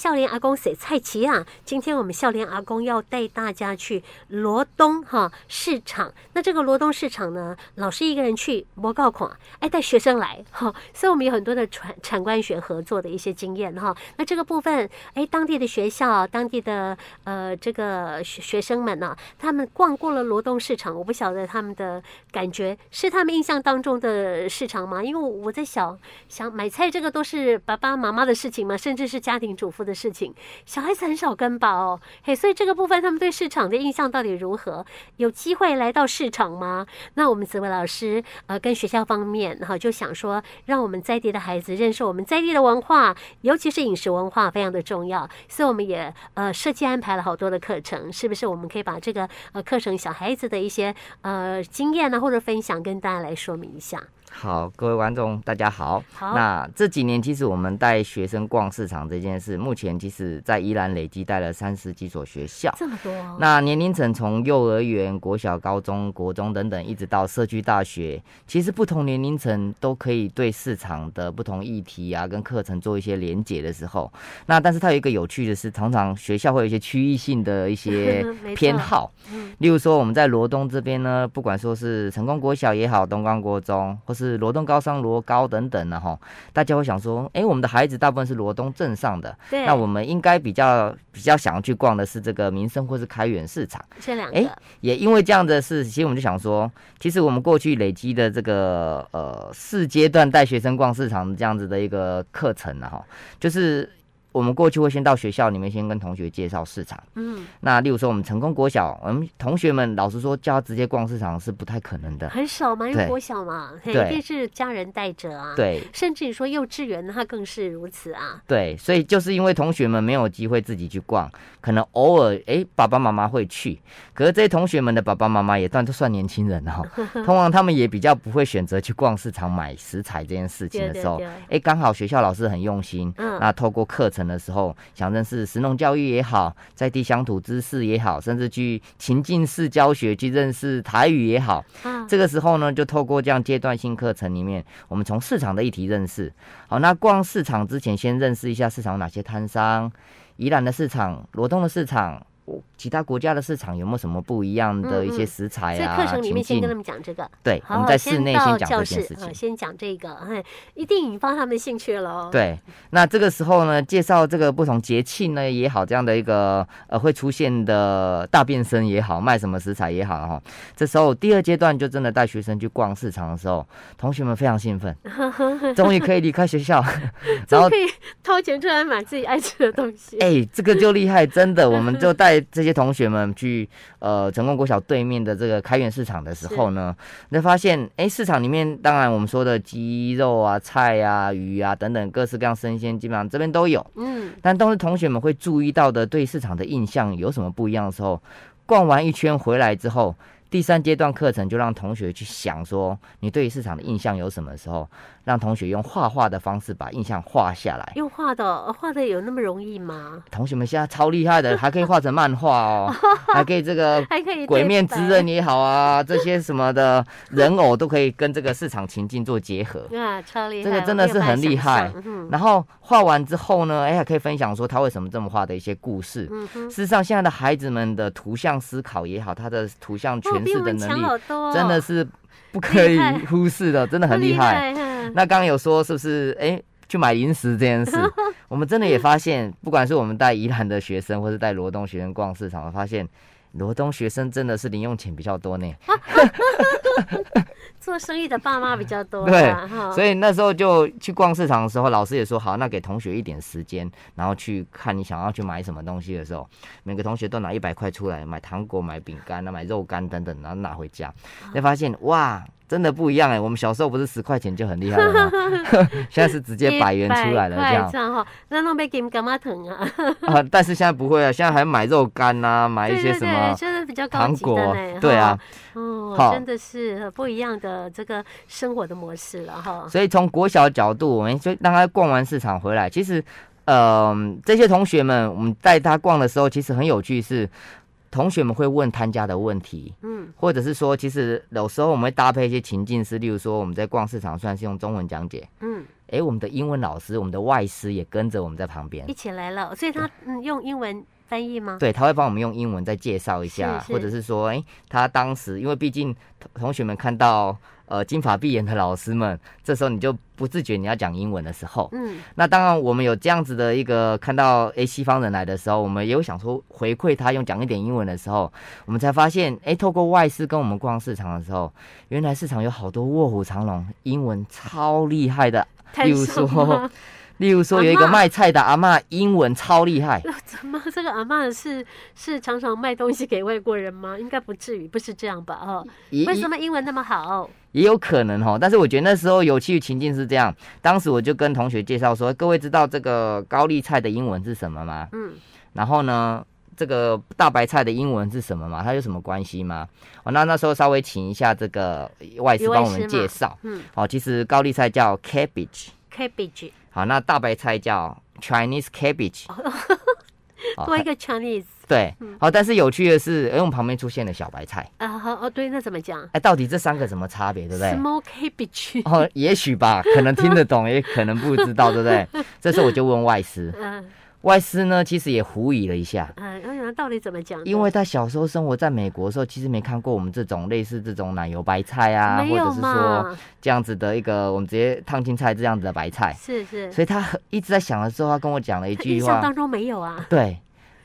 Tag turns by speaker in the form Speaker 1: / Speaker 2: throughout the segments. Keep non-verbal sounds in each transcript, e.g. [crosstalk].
Speaker 1: 笑脸阿公谁蔡奇啊？今天我们笑脸阿公要带大家去罗东哈市场。那这个罗东市场呢，老师一个人去不告款，哎，带学生来哈。所以我们有很多的产产官学合作的一些经验哈。那这个部分，哎，当地的学校、当地的呃这个学学生们呢、他们逛过了罗东市场，我不晓得他们的感觉是他们印象当中的市场吗？因为我在想，想买菜这个都是爸爸妈妈的事情嘛，甚至是家庭主妇的事情，小孩子很少跟吧哦，嘿，所以这个部分他们对市场的印象到底如何？有机会来到市场吗？那我们紫薇老师呃跟学校方面哈、就想说，让我们在地的孩子认识我们在地的文化，尤其是饮食文化非常的重要，所以我们也呃设计安排了好多的课程，是不是？我们可以把这个呃课程小孩子的一些呃经验呢、或者分享跟大家来说明一下。
Speaker 2: 好，各位观众，大家好。
Speaker 1: 好
Speaker 2: 那这几年其实我们带学生逛市场这件事，目前其实在宜兰累积带了三十几所学校。
Speaker 1: 这么多，哦
Speaker 2: 那年龄层从幼儿园、国小、高中、国中等等，一直到社区大学，其实不同年龄层都可以对市场的不同议题啊，跟课程做一些连结的时候，那但是它有一个有趣的是，常常学校会有一些区域性的一些
Speaker 1: [laughs] 没错
Speaker 2: 偏好，
Speaker 1: 嗯
Speaker 2: 例如说我们在罗东这边呢，不管说是成功国小也好，东光国中，或是罗东高商、罗高等等的哈，大家会想说，哎，我们的孩子大部分是罗东镇上的，
Speaker 1: 对，
Speaker 2: 那我们应该比较比较想要去逛的是这个民生或是开源市场。
Speaker 1: 这两
Speaker 2: 哎
Speaker 1: 个，
Speaker 2: 也因为这样的事，其实我们就想说，其实我们过去累积的这个呃四阶段带学生逛市场这样子的一个课程啊，哈，就是我们过去会先到学校里面先跟同学介绍市场。
Speaker 1: 嗯，
Speaker 2: 那例如说我们成功国小，我们同学们老实说叫他直接逛市场是不太可能的。
Speaker 1: 很少嘛，因为
Speaker 2: 对
Speaker 1: 国小嘛，嘿
Speaker 2: 对
Speaker 1: 一定是家人带着啊。，
Speaker 2: 对，
Speaker 1: 甚至你说幼稚园，它更是如此啊。
Speaker 2: 对，所以就是因为同学们没有机会自己去逛，可能偶尔诶爸爸妈妈会去，可是这些同学们的爸爸妈妈也算都算年轻
Speaker 1: [laughs]
Speaker 2: 人了哈、通常他们也比较不会选择去逛市场买食材这件事情
Speaker 1: 对
Speaker 2: 的
Speaker 1: 对
Speaker 2: 时候
Speaker 1: 对，，
Speaker 2: 诶，刚好学校老师很用心，
Speaker 1: 嗯
Speaker 2: 那透过课程的时候，想认识食农教育也好，在地乡土知识也好，甚至去情境式教学去认识台语也好，
Speaker 1: 啊，
Speaker 2: 这个时候呢，就透过这样阶段性课程里面，我们从市场的议题认识。好，那逛市场之前，先认识一下市场有哪些摊商，宜兰的市场、罗东的市场，我其他国家的市场有没有什么不一样的一
Speaker 1: 嗯嗯
Speaker 2: 些食材
Speaker 1: 所以
Speaker 2: 啊、
Speaker 1: 课程里
Speaker 2: 情
Speaker 1: 面先跟他
Speaker 2: 境？
Speaker 1: 们讲这个。
Speaker 2: 对，我
Speaker 1: 好，
Speaker 2: 们在室内
Speaker 1: 到
Speaker 2: 先讲
Speaker 1: 教
Speaker 2: 这
Speaker 1: 室
Speaker 2: 件事情
Speaker 1: 啊，。先讲这个，哎，一定引发他们的兴趣了。，哦
Speaker 2: 对，那这个时候呢，介绍这个不同节气呢也好，这样的一个呃会出现的大变身也好，卖什么食材也好哈、这时候第二阶段就真的带学生去逛市场的时候，同学们非常兴奋，终于可以离开学校，然后
Speaker 1: 就可以 [laughs] 掏钱出来买自己爱吃的东西。
Speaker 2: 哎、这个就厉害，真的，我们就带这些同学们去呃成功国小对面的这个开源市场的时候呢，你会发现，哎、市场里面当然我们说的鸡肉啊、菜啊、鱼啊等等各式各样生鲜，基本上这边都有。
Speaker 1: 嗯，
Speaker 2: 但都是同学们会注意到的对市场的印象有什么不一样的时候，逛完一圈回来之后，第三阶段课程就让同学去想说你对于市场的印象有什么时候，让同学用画画的方式把印象画下来。
Speaker 1: 用画的哦，画的有那么容易吗？
Speaker 2: 同学们现在超厉害的，还可以画成漫画哦，还可以这
Speaker 1: [laughs]
Speaker 2: 个
Speaker 1: 还可以
Speaker 2: 鬼
Speaker 1: 对
Speaker 2: 面
Speaker 1: 白
Speaker 2: 之刃也好啊，这些什么的人偶都可以跟这个市场情境做结合。
Speaker 1: 啊，超厉害，
Speaker 2: 这个
Speaker 1: 我
Speaker 2: 真的
Speaker 1: 没有
Speaker 2: 是
Speaker 1: 办法
Speaker 2: 很厉
Speaker 1: 想
Speaker 2: 害
Speaker 1: 象嗯
Speaker 2: 然后画完之后呢，哎，还可以分享说他为什么这么画的一些故事。
Speaker 1: 嗯哼，
Speaker 2: 事实上，现在的孩子们的图像思考也好，他的图像
Speaker 1: 哇，
Speaker 2: 诠
Speaker 1: 比我
Speaker 2: 释的
Speaker 1: 们强
Speaker 2: 能
Speaker 1: 好
Speaker 2: 力，
Speaker 1: 多哦，
Speaker 2: 真的是不可以
Speaker 1: 厉害
Speaker 2: 忽视的，真的很
Speaker 1: 厉
Speaker 2: 厉害。
Speaker 1: 嗯
Speaker 2: 那刚刚有说是不是？哎，去买零食这件事，我们真的也发现，不管是我们带宜兰的学生，或是带罗东学生逛市场，我发现罗东学生真的是零用钱比较多呢。
Speaker 1: 做生意的爸妈比较多
Speaker 2: 对
Speaker 1: 啦，哈，
Speaker 2: 所以那时候就去逛市场的时候，老师也说好，那给同学一点时间，然后去看你想要去买什么东西的时候，每个同学都拿一百块出来买糖果、买饼干、那啊买肉干等等，然后拿回家，才发现哇，真的不一样哎！我们小时候不是十块钱就很厉害了吗？ [laughs] 现在是直接百元出来了
Speaker 1: 100
Speaker 2: 这样
Speaker 1: 块这样哈，那弄杯给干嘛疼啊？
Speaker 2: [laughs]
Speaker 1: [laughs]
Speaker 2: 啊，但是现在不会啊，现在还买肉干呐、买一
Speaker 1: 对
Speaker 2: 些
Speaker 1: 对
Speaker 2: 什
Speaker 1: 对，
Speaker 2: 么。
Speaker 1: 真的比较高
Speaker 2: 糖
Speaker 1: 级
Speaker 2: 果
Speaker 1: 的呢，，
Speaker 2: 对啊
Speaker 1: 哈，，哦，
Speaker 2: 好
Speaker 1: 真的是不一样的这个生活的模式了哈。
Speaker 2: 所以从国小角度，我们就让他逛完市场回来。呃其实，嗯、这些同学们，我们带他逛的时候，其实很有趣是。同学们会问摊家的问题，
Speaker 1: 嗯，
Speaker 2: 或者是说，其实有时候我们会搭配一些情境是，例如说我们在逛市场，虽然是用中文讲解，
Speaker 1: 嗯，
Speaker 2: 诶，我们的英文老师、我们的外师也跟着我们在旁边
Speaker 1: 一，起来了，所以他嗯用英文翻译吗？
Speaker 2: 对，他会帮我们用英文再介绍一下，
Speaker 1: 是是
Speaker 2: 或者是说，诶，他当时因为毕竟同同学们看到呃金发碧眼的老师们，这时候你就不自觉你要讲英文的时候，
Speaker 1: 嗯，
Speaker 2: 那当然，我们有这样子的一个看到，诶，西方人来的时候，我们也有想说回馈他用讲一点英文的时候，我们才发现，诶，透过外事跟我们逛市场的时候，原来市场有好多卧虎藏龙，英文超厉害的。
Speaker 1: 太
Speaker 2: 例如
Speaker 1: 爽 [laughs]
Speaker 2: 说
Speaker 1: 了，，
Speaker 2: [laughs] 例如说有一
Speaker 1: 阿
Speaker 2: 个
Speaker 1: 嬷
Speaker 2: 卖菜的阿嬷，英文超厉害。
Speaker 1: 怎么这个阿嬷是是常常卖东西给外国人吗？应该不至于，不是这样吧？哦，
Speaker 2: 也
Speaker 1: 为什么英文那么好？
Speaker 2: 也有可能哦，但是我觉得那时候有趣的情境是这样，当时我就跟同学介绍说，各位知道这个高丽菜的英文是什么吗？
Speaker 1: 嗯，
Speaker 2: 然后呢，这个大白菜的英文是什么嘛？它有什么关系吗？哦，那那时候稍微请一下这个外师
Speaker 1: 有外
Speaker 2: 帮我们
Speaker 1: 师
Speaker 2: 介
Speaker 1: 嘛
Speaker 2: 绍。
Speaker 1: 嗯
Speaker 2: 哦，其实高丽菜叫 cabbage，
Speaker 1: ，cabbage
Speaker 2: 好，那大白菜叫 Chinese cabbage。哦
Speaker 1: 多一个 Chinese
Speaker 2: 对，好，但是有趣的是，因为我们旁边出现了小白菜，
Speaker 1: 啊，好哦，对，那怎么讲
Speaker 2: 哎，到底这三个什么差别，对不对？
Speaker 1: ？Small cabbage，
Speaker 2: [laughs] 哦，也许吧，可能听得懂，也可能不知道，对不对？这时候我就问外师，
Speaker 1: 嗯
Speaker 2: 外师呢其实也狐疑了一下，
Speaker 1: 嗯，哎呀，到底怎么讲呢？
Speaker 2: 因为他小时候生活在美国的时候，其实没看过我们这种类似这种奶油白菜啊，
Speaker 1: 没
Speaker 2: 或者
Speaker 1: 有
Speaker 2: 是说
Speaker 1: 嘛，
Speaker 2: 这样子的一个我们直接烫青菜这样子的
Speaker 1: [laughs]
Speaker 2: 白菜，
Speaker 1: 是是，
Speaker 2: 所以他很一直在想的时候，他跟我讲了一
Speaker 1: 他印
Speaker 2: 句
Speaker 1: 象
Speaker 2: 话
Speaker 1: 当，中没有啊，
Speaker 2: 对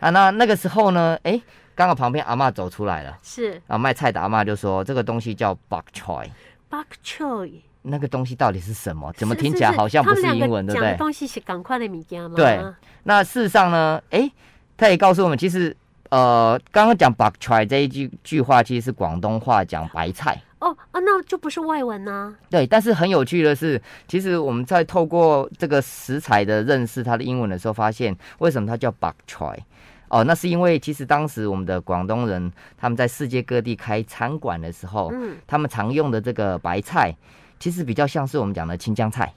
Speaker 2: 啊，那那个时候呢，诶，刚好旁边阿嬷走出来了，
Speaker 1: 是
Speaker 2: 啊，卖菜的阿嬷就说这个东西叫 bok choy。
Speaker 1: bok choy，
Speaker 2: 那个东西到底是什么？怎么
Speaker 1: 是
Speaker 2: 听起来好像不是
Speaker 1: 他们
Speaker 2: 英
Speaker 1: 两个
Speaker 2: 文，对不
Speaker 1: 讲的
Speaker 2: 对？
Speaker 1: 东西是赶快的物件吗？
Speaker 2: 对那事实上呢，诶，他也告诉我们，其实呃，刚刚讲 bok choy 这一句句话，其实是广东话讲白菜。
Speaker 1: 哦啊，那就不是外文呐、
Speaker 2: 对，但是很有趣的是，其实我们在透过这个食材的认识它的英文的时候，发现为什么它叫 bok choy。哦，那是因为其实当时我们的广东人他们在世界各地开餐馆的时候，
Speaker 1: 嗯，
Speaker 2: 他们常用的这个白菜，其实比较像是我们讲的青江菜。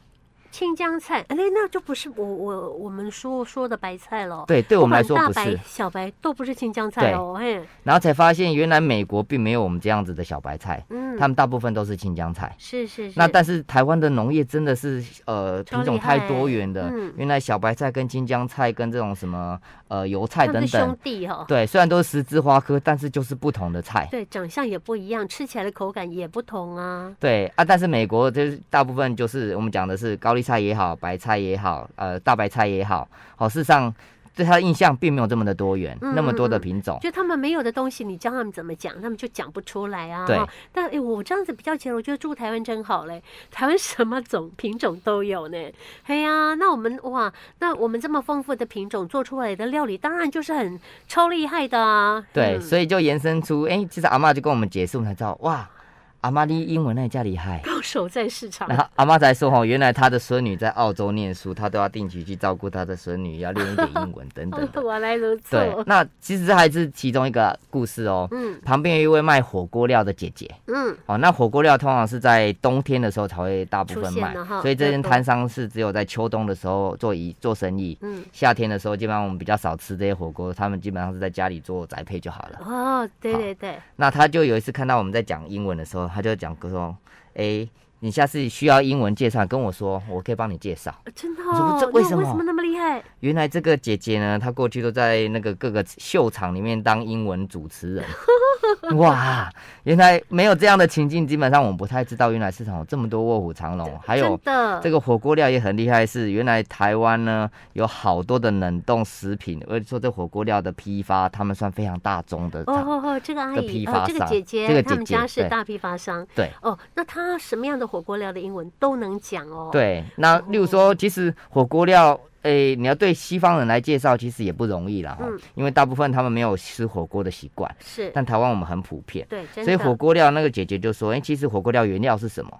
Speaker 1: 青江菜，哎，那就不是我我我们说说的白菜喽。，
Speaker 2: 对，对
Speaker 1: 对
Speaker 2: 我们来说不
Speaker 1: 哦大白
Speaker 2: 是。、
Speaker 1: 小白都不是青江菜哦。嘿，
Speaker 2: 然后才发现，原来美国并没有我们这样子的小白菜，
Speaker 1: 嗯，
Speaker 2: 他们大部分都是青江菜。
Speaker 1: 是是是，
Speaker 2: 那但是台湾的农业真的是呃
Speaker 1: 超
Speaker 2: 品种
Speaker 1: 厉害
Speaker 2: 太多元的，
Speaker 1: 嗯
Speaker 2: 原来小白菜跟金江菜跟这种什么呃油菜
Speaker 1: 他们
Speaker 2: 等
Speaker 1: 是兄
Speaker 2: 等，
Speaker 1: 弟哦。
Speaker 2: 对，虽然都是十字花科，但是就是不同的菜。
Speaker 1: 对，长相也不一样，吃起来的口感也不同啊。
Speaker 2: 对啊，但是美国就是大部分就是我们讲的是高丽菜也好，白菜也好，呃大白菜也好，好、事实上对它的印象并没有这么的多元，
Speaker 1: 嗯
Speaker 2: 那么多
Speaker 1: 嗯
Speaker 2: 的
Speaker 1: 嗯
Speaker 2: 品种。
Speaker 1: 就他们没有的东西，你教他们怎么讲，他们就讲不出来啊。
Speaker 2: 对
Speaker 1: 哈但哎、我这样子比较起来，我觉得住台湾真好嘞， [laughs] 台湾什么种品种都有呢。哎呀，那我们哇，那我们这么丰富的品种做出来的料理，当然就是很超厉害的啊。
Speaker 2: 对，
Speaker 1: 嗯
Speaker 2: 所以就延伸出，哎、其实阿嬷就跟我们解释，我们才知道，哇，阿妈的英文那家厉害。
Speaker 1: 高手在市
Speaker 2: [laughs]
Speaker 1: 场
Speaker 2: 然。后阿妈才说，哦，原来她的孙女在澳洲念书，她都要定期去照顾她的孙女，要练一点英文等
Speaker 1: [laughs]
Speaker 2: 等的。
Speaker 1: 我来如此。
Speaker 2: 对，那其实这还是其中一个故事哦。
Speaker 1: 嗯
Speaker 2: 旁边有一位卖火锅料的姐姐，
Speaker 1: 嗯，
Speaker 2: 哦，那火锅料通常是在冬天的时候才会大部分
Speaker 1: 出
Speaker 2: 卖
Speaker 1: 现了哈，
Speaker 2: 所以这
Speaker 1: 热
Speaker 2: 间
Speaker 1: 度
Speaker 2: 摊商是只有在秋冬的时候做一做生意，
Speaker 1: 嗯
Speaker 2: 夏天的时候基本上我们比较少吃这些火锅，他们基本上是在家里做宅配就好了。
Speaker 1: 哦，对对对，
Speaker 2: 那他就有一次看到我们在讲英文的时候，他就讲说：“哎、你下次需要英文介绍，跟我说，我可以帮你介绍。
Speaker 1: 真的、
Speaker 2: 我说
Speaker 1: 哦，
Speaker 2: 这
Speaker 1: 那
Speaker 2: 为什么
Speaker 1: 为什么那么厉害？”
Speaker 2: 原来这个姐姐呢，她过去都在那个各个秀场里面当英文主持人。
Speaker 1: [laughs]
Speaker 2: 哇，原来没有这样的情境，基本上我们不太知道，原来市场有这么多卧虎藏龙，还有
Speaker 1: 真。的
Speaker 2: 这个火锅料也很厉害，是原来台湾呢有好多的冷冻食品，而且说这火锅料的批发，他们算非常大宗的
Speaker 1: 哦
Speaker 2: 厂
Speaker 1: 哦哦，这个阿
Speaker 2: 的
Speaker 1: 姨
Speaker 2: 批
Speaker 1: 哦，
Speaker 2: 发
Speaker 1: 这个
Speaker 2: 商
Speaker 1: 姐姐，
Speaker 2: 这个
Speaker 1: 他
Speaker 2: 姐
Speaker 1: 们
Speaker 2: 姐
Speaker 1: 家是
Speaker 2: 对
Speaker 1: 大批发商。
Speaker 2: 对，
Speaker 1: 哦，那她什么样的火锅料的英文都能讲哦。，
Speaker 2: 对，那例如说，其实火锅料，诶、你要对西方人来介绍，其实也不容易啦哈、
Speaker 1: 嗯
Speaker 2: 因为大部分他们没有吃火锅的习惯，
Speaker 1: 是，
Speaker 2: 但台湾我们很普遍，
Speaker 1: 对，真的。
Speaker 2: 所以火锅料那个姐姐就说，诶、其实火锅料原料是什么？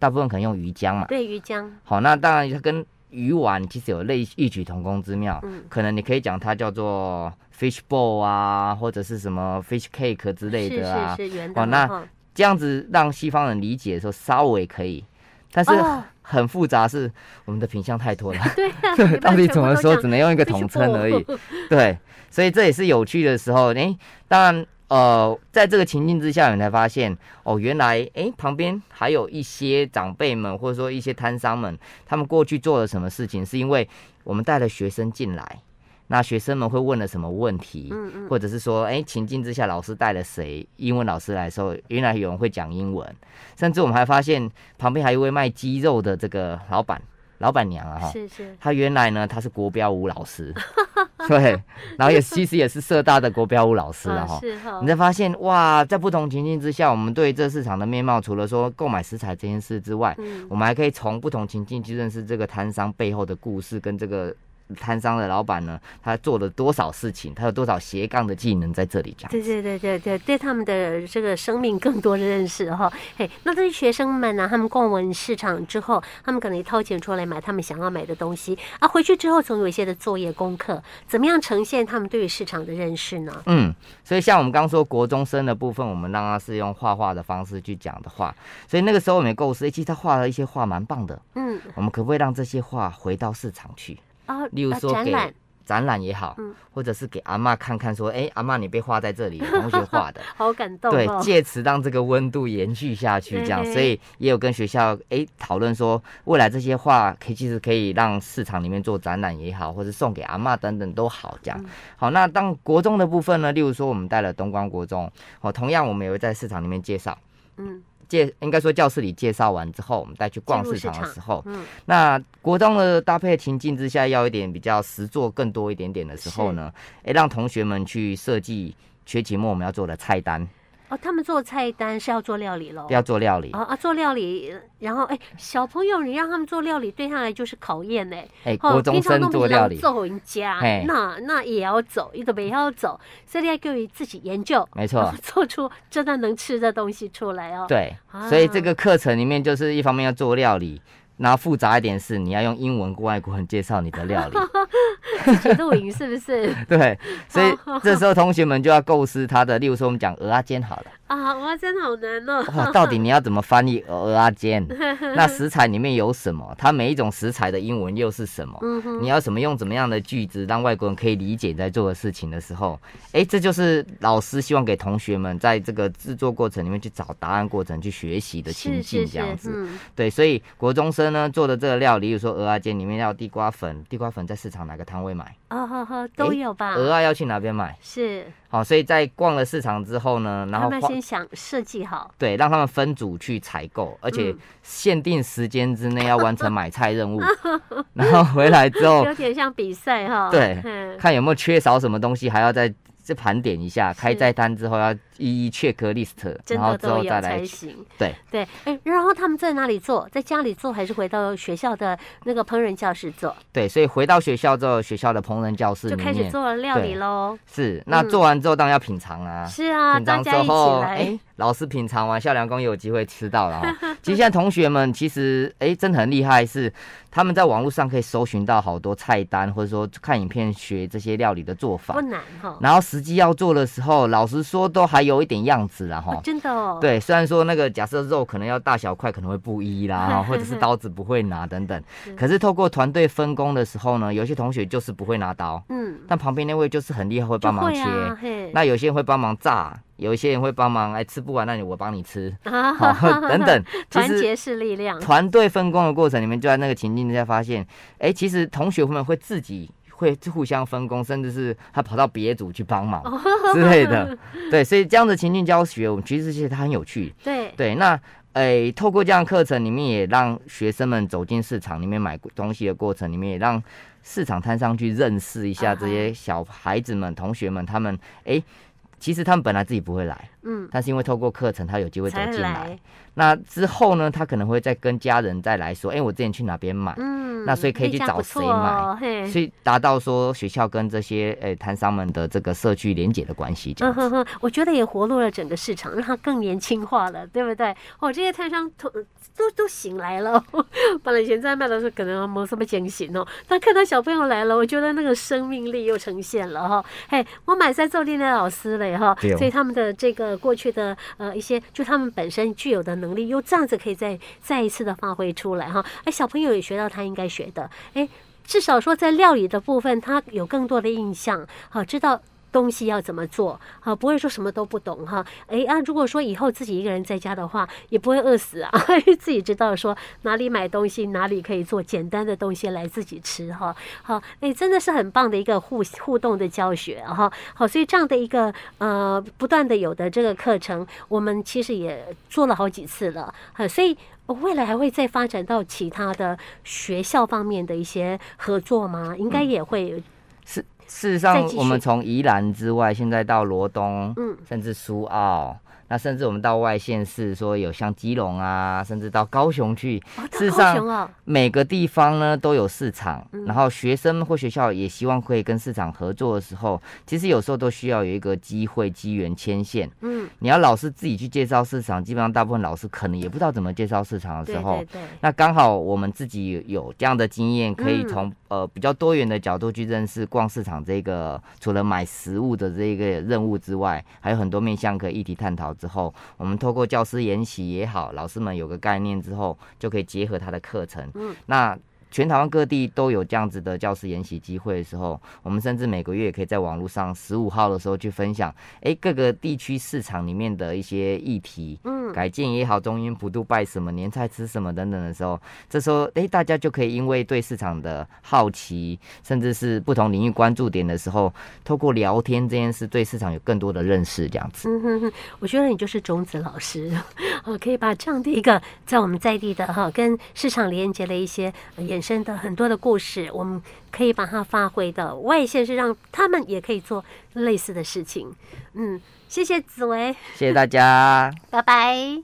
Speaker 2: 大部分可能用鱼浆嘛，
Speaker 1: 对鱼浆，
Speaker 2: 好，那当然它跟鱼丸其实有类异曲同工之妙，
Speaker 1: 嗯
Speaker 2: 可能你可以讲它叫做 fish ball 啊，或者是什么 fish cake 之类的啊，
Speaker 1: 是是是圆的
Speaker 2: 哦
Speaker 1: 嘛
Speaker 2: 那
Speaker 1: 哈
Speaker 2: 这样子让西方人理解的时候稍微可以。但是
Speaker 1: 哦
Speaker 2: 很复杂，是我们的品相太多了。
Speaker 1: [laughs] 对啊，
Speaker 2: [laughs] 对，
Speaker 1: 没办法
Speaker 2: 到底
Speaker 1: 全部
Speaker 2: 怎么
Speaker 1: 都
Speaker 2: 说，
Speaker 1: 讲
Speaker 2: 只能用一个
Speaker 1: 必须
Speaker 2: 统称
Speaker 1: 破
Speaker 2: 而已。 [laughs] 对，所以这也是有趣的时候。诶，当然，呃，在这个情境之下，你才发现哦，原来诶，旁边还有一些长辈们，或者说一些摊商们，他们过去做了什么事情，是因为我们带了学生进来。那学生们会问了什么问题，
Speaker 1: 嗯嗯
Speaker 2: 或者是说，诶，情境之下老师带了谁？英文老师来的时候，原来有人会讲英文，甚至我们还发现旁边还有一位卖鸡肉的这个老板、老板娘啊，哈，
Speaker 1: 是是，
Speaker 2: 他原来呢，他是国标舞
Speaker 1: [laughs]
Speaker 2: 老师，对，然后也其实也是社大的国标舞老师了
Speaker 1: 啊
Speaker 2: 哈。
Speaker 1: 是哈
Speaker 2: 你，才发现哇，在不同情境之下，我们对这市场的面貌，除了说购买食材这件事之外，
Speaker 1: 嗯
Speaker 2: 我们还可以从不同情境去认识这个摊商背后的故事，跟这个摊商的老板呢，他做了多少事情，他有多少斜杠的技能在这里讲。
Speaker 1: 对对对对对，对他们的这个生命更多的认识哈。嘿，那这些学生们呢、他们逛完市场之后，他们可能也掏钱出来买他们想要买的东西啊。回去之后，总有一些的作业功课，怎么样呈现他们对于市场的认识呢？
Speaker 2: 嗯，所以像我们刚说国中生的部分，我们让他是用画画的方式去讲的话，所以那个时候我们也构思，诶其实他画了一些画蛮棒的，
Speaker 1: 嗯
Speaker 2: 我们可不可以让这些画回到市场去？
Speaker 1: 啊，
Speaker 2: 例如
Speaker 1: 呃
Speaker 2: 说
Speaker 1: 展
Speaker 2: 给
Speaker 1: 览
Speaker 2: 展览也好，
Speaker 1: 嗯，
Speaker 2: 或者是给阿嬷看看，说，哎、阿嬷你被画在这里，同学画的
Speaker 1: 好感动
Speaker 2: 对，
Speaker 1: 哦。
Speaker 2: 借此让这个温度延续下去，这样，
Speaker 1: 对
Speaker 2: 所以也有跟学校哎讨论说，未来这些画可以其实可以让市场里面做展览也好，或者送给阿嬷等等都好，这样。
Speaker 1: 嗯
Speaker 2: 好，那当国中的部分呢，例如说我们带了东光国中，哦，同样我们也会在市场里面介绍。
Speaker 1: 嗯
Speaker 2: 介应该说教室里介绍完之后，我们带去逛
Speaker 1: 进入
Speaker 2: 市
Speaker 1: 市
Speaker 2: 场的
Speaker 1: 场
Speaker 2: 时候，
Speaker 1: 嗯
Speaker 2: 那国中的搭配情境之下，要一点比较实作更多一点点的时候呢，诶，让同学们去设计学期末我们要做的菜单，
Speaker 1: 哦，他们做菜单是要做料理喽。
Speaker 2: 要做料理
Speaker 1: 啊。啊，做料理，然后哎，小朋友，你让他们做料理，对他来就是考验呢。
Speaker 2: 诶，
Speaker 1: 哦
Speaker 2: 国哎中生做料理
Speaker 1: 平，常都不是人做人家
Speaker 2: 嘿，
Speaker 1: 那那也要走，一个也要走，所以要给予自己研究，
Speaker 2: 没错
Speaker 1: 做出真的能吃的东西出来哦。，
Speaker 2: 对
Speaker 1: 啊，
Speaker 2: 所以这个课程里面就是一方面要做料理。然后复杂一点是，你要用英文跟外国人介绍你的料理，
Speaker 1: [laughs] 去露营是不
Speaker 2: [laughs]
Speaker 1: 是
Speaker 2: 对，所以
Speaker 1: 哦
Speaker 2: 这时候同学们就要构思他的，例如说我们讲鹅啊煎好了，
Speaker 1: 啊？哇，真好难哦。
Speaker 2: 哇，到底你要怎么翻译鹅啊
Speaker 1: [laughs]
Speaker 2: 煎？那食材里面有什么？它每一种食材的英文又是什么？
Speaker 1: 嗯哼，
Speaker 2: 你要怎么用怎么样的句子让外国人可以理解你在做的事情的时候，哎，这就是老师希望给同学们在这个制作过程里面去找答案过程去学习的情
Speaker 1: 是
Speaker 2: 境
Speaker 1: 是
Speaker 2: 这
Speaker 1: 是
Speaker 2: 样，子。
Speaker 1: 嗯，
Speaker 2: 对，所以国中生呢做的这个料理，例如说鹅啊煎里面要有地瓜粉，地瓜粉在市场哪个摊位买？
Speaker 1: 哦呵呵，都有吧？
Speaker 2: 鹅啊要去哪边买？
Speaker 1: 是，
Speaker 2: 好、所以在逛了市场之后呢，然
Speaker 1: 他
Speaker 2: 后
Speaker 1: 们
Speaker 2: 画
Speaker 1: 先想设计好，
Speaker 2: 对，让他们分组去采购，而且
Speaker 1: 嗯
Speaker 2: 限定时间之内要完成买菜
Speaker 1: [laughs]
Speaker 2: 任务，然后回来之后
Speaker 1: 有点像比赛哈。
Speaker 2: 哦对
Speaker 1: 嗯
Speaker 2: 看有没有缺少什么东西，还要再再盘点一下，开菜单之后要一一 check list，
Speaker 1: 真
Speaker 2: 然后
Speaker 1: 的
Speaker 2: 之
Speaker 1: 都
Speaker 2: 后
Speaker 1: 有
Speaker 2: 再来
Speaker 1: 才行。
Speaker 2: 对
Speaker 1: 对，哎，然后他们在哪里做？在家里做，还是回到学校的那个烹饪教室做？
Speaker 2: 对，所以回到学校之后，学校的烹饪教室
Speaker 1: 就
Speaker 2: 里
Speaker 1: 开始
Speaker 2: 面
Speaker 1: 做料理
Speaker 2: 对
Speaker 1: 喽。
Speaker 2: 是那
Speaker 1: 嗯
Speaker 2: 做完之后当然要品尝啊，
Speaker 1: 是啊，
Speaker 2: 品
Speaker 1: 大
Speaker 2: 尝之
Speaker 1: 家一起
Speaker 2: 后，
Speaker 1: 来。
Speaker 2: 哎，老师品尝完，校良公有机会吃到了、哦。 [laughs] 其实现在同学们其实哎、真的很厉害是，他们在网络上可以搜寻到好多菜单，或者说看影片学这些料理的做法
Speaker 1: 不。难哈、
Speaker 2: 然后实际要做的时候，老实说都还有一点样
Speaker 1: [laughs]
Speaker 2: 子啦哈。
Speaker 1: 哦，真的哦。，
Speaker 2: 对，虽然说那个假设肉可能要大小块可能会不一啦，
Speaker 1: [laughs]
Speaker 2: 哈或者是刀子不会拿等等，可是透过团队分工的时候呢，有些同学就是不会拿刀，
Speaker 1: 嗯，
Speaker 2: 但旁边那位就是很厉害，会帮忙
Speaker 1: 就
Speaker 2: 切。
Speaker 1: 会啊，嘿，
Speaker 2: 那有些人会帮忙炸，有一些人会帮忙，哎，吃不完，那你我帮你吃，
Speaker 1: 啊，
Speaker 2: 好、等等
Speaker 1: [laughs]
Speaker 2: 其
Speaker 1: 团
Speaker 2: 实
Speaker 1: 结是力量，
Speaker 2: 团队分工的过程里面，就在那个情境之下发现，哎，其实同学们会自己。会互相分工，甚至是他跑到别组去帮忙
Speaker 1: 哦
Speaker 2: 之类的，对，所以这样的情境教学，我们其实其实它很有趣。
Speaker 1: 对，
Speaker 2: 对，那诶，透过这样的课程里面，也让学生们走进市场里面买东西的过程里面，也让市场摊商去认识一
Speaker 1: 啊
Speaker 2: 下
Speaker 1: 哈
Speaker 2: 这些小孩子们、同学们，他们诶，其实他们本来自己不会来，
Speaker 1: 嗯，
Speaker 2: 但是因为透过课程，他有机会走
Speaker 1: 才
Speaker 2: 进来
Speaker 1: 来。，
Speaker 2: 那之后呢，他可能会再跟家人再来说，诶，我之前去哪边买，
Speaker 1: 嗯，
Speaker 2: 那所以可以去
Speaker 1: 这样
Speaker 2: 找
Speaker 1: 不错
Speaker 2: 谁买
Speaker 1: 哦嘿，
Speaker 2: 所以达到说学校跟这些诶摊商们的这个社区连结的关系，这
Speaker 1: 嗯
Speaker 2: 样子。
Speaker 1: 哼哼，我觉得也活络了整个市场，让它更年轻化了，对不对？哦，这些摊商都都都醒来了。 [laughs] 本来以前在卖的时候可能没什么警醒哦，但看到小朋友来了，我觉得那个生命力又呈现了哈、哦。嘿，我买在做店的老师嘞，哎哈，
Speaker 2: 对哦
Speaker 1: 所以他们的这个过去的呃一些，就他们本身具有的能力，又这样子可以再再一次的发挥出来哈。哎，小朋友也学到他应该学的，哎，至少说在料理的部分，他有更多的印象，好、知道。东西要怎么做啊？不会说什么都不懂哈。哎啊，如果说以后自己一个人在家的话，也不会饿死啊， [laughs] 自己知道说哪里买东西，哪里可以做简单的东西来自己吃哈。好，哎，真的是很棒的一个互互动的教学啊哈。好，所以这样的一个呃不断的有的这个课程，我们其实也做了好几次了，呃，所以未来还会再发展到其他的学校方面的一些合作吗？应
Speaker 2: 嗯
Speaker 1: 该也会，
Speaker 2: 事事实
Speaker 1: 再
Speaker 2: 上
Speaker 1: 继，续
Speaker 2: 我们从宜兰之外，现在到罗东，
Speaker 1: 嗯
Speaker 2: 甚至苏澳，那甚至我们到外县市，说有像基隆啊，甚至到高雄去。
Speaker 1: 哦，
Speaker 2: 事实
Speaker 1: 到高雄
Speaker 2: 上，
Speaker 1: 哦，嗯
Speaker 2: 每个地方呢都有市场，然后学生或学校也希望可以跟市场合作的时候，其实有时候都需要有一个机会、机缘牵线。
Speaker 1: 嗯，
Speaker 2: 你要老师自己去介绍市场，基本上大部分老师可能也不知道怎么介绍市场的
Speaker 1: 对
Speaker 2: 时候，
Speaker 1: 对对，
Speaker 2: 那刚好我们自己有这样的经验，可以
Speaker 1: 嗯
Speaker 2: 从、呃比较多元的角度去认识逛市场这个，除了买食物的这个任务之外，还有很多面向可以一题探讨。之后，我们透过教师研习也好，老师们有个概念之后，就可以结合他的课程。
Speaker 1: 嗯，
Speaker 2: 那。全台湾各地都有这样子的教师研习机会的时候，我们甚至每个月也可以在网络上十五号的时候去分享，哎、各个地区市场里面的一些议题，
Speaker 1: 嗯，
Speaker 2: 改建也好，中英普渡拜什么，年菜吃什么等等的时候，这时候诶，大家就可以因为对市场的好奇，甚至是不同领域关注点的时候，透过聊天这件事，对市场有更多的认识，这样子。
Speaker 1: 嗯哼哼，我觉得你就是种子老师， [laughs] 呃，可以把这样的一个在我们在地的哈，跟市场连接的一些呃衍生的很多的故事，我们可以把它发挥的外线是让他们也可以做类似的事情。嗯，谢谢紫薇，
Speaker 2: 谢谢大家。
Speaker 1: 拜拜。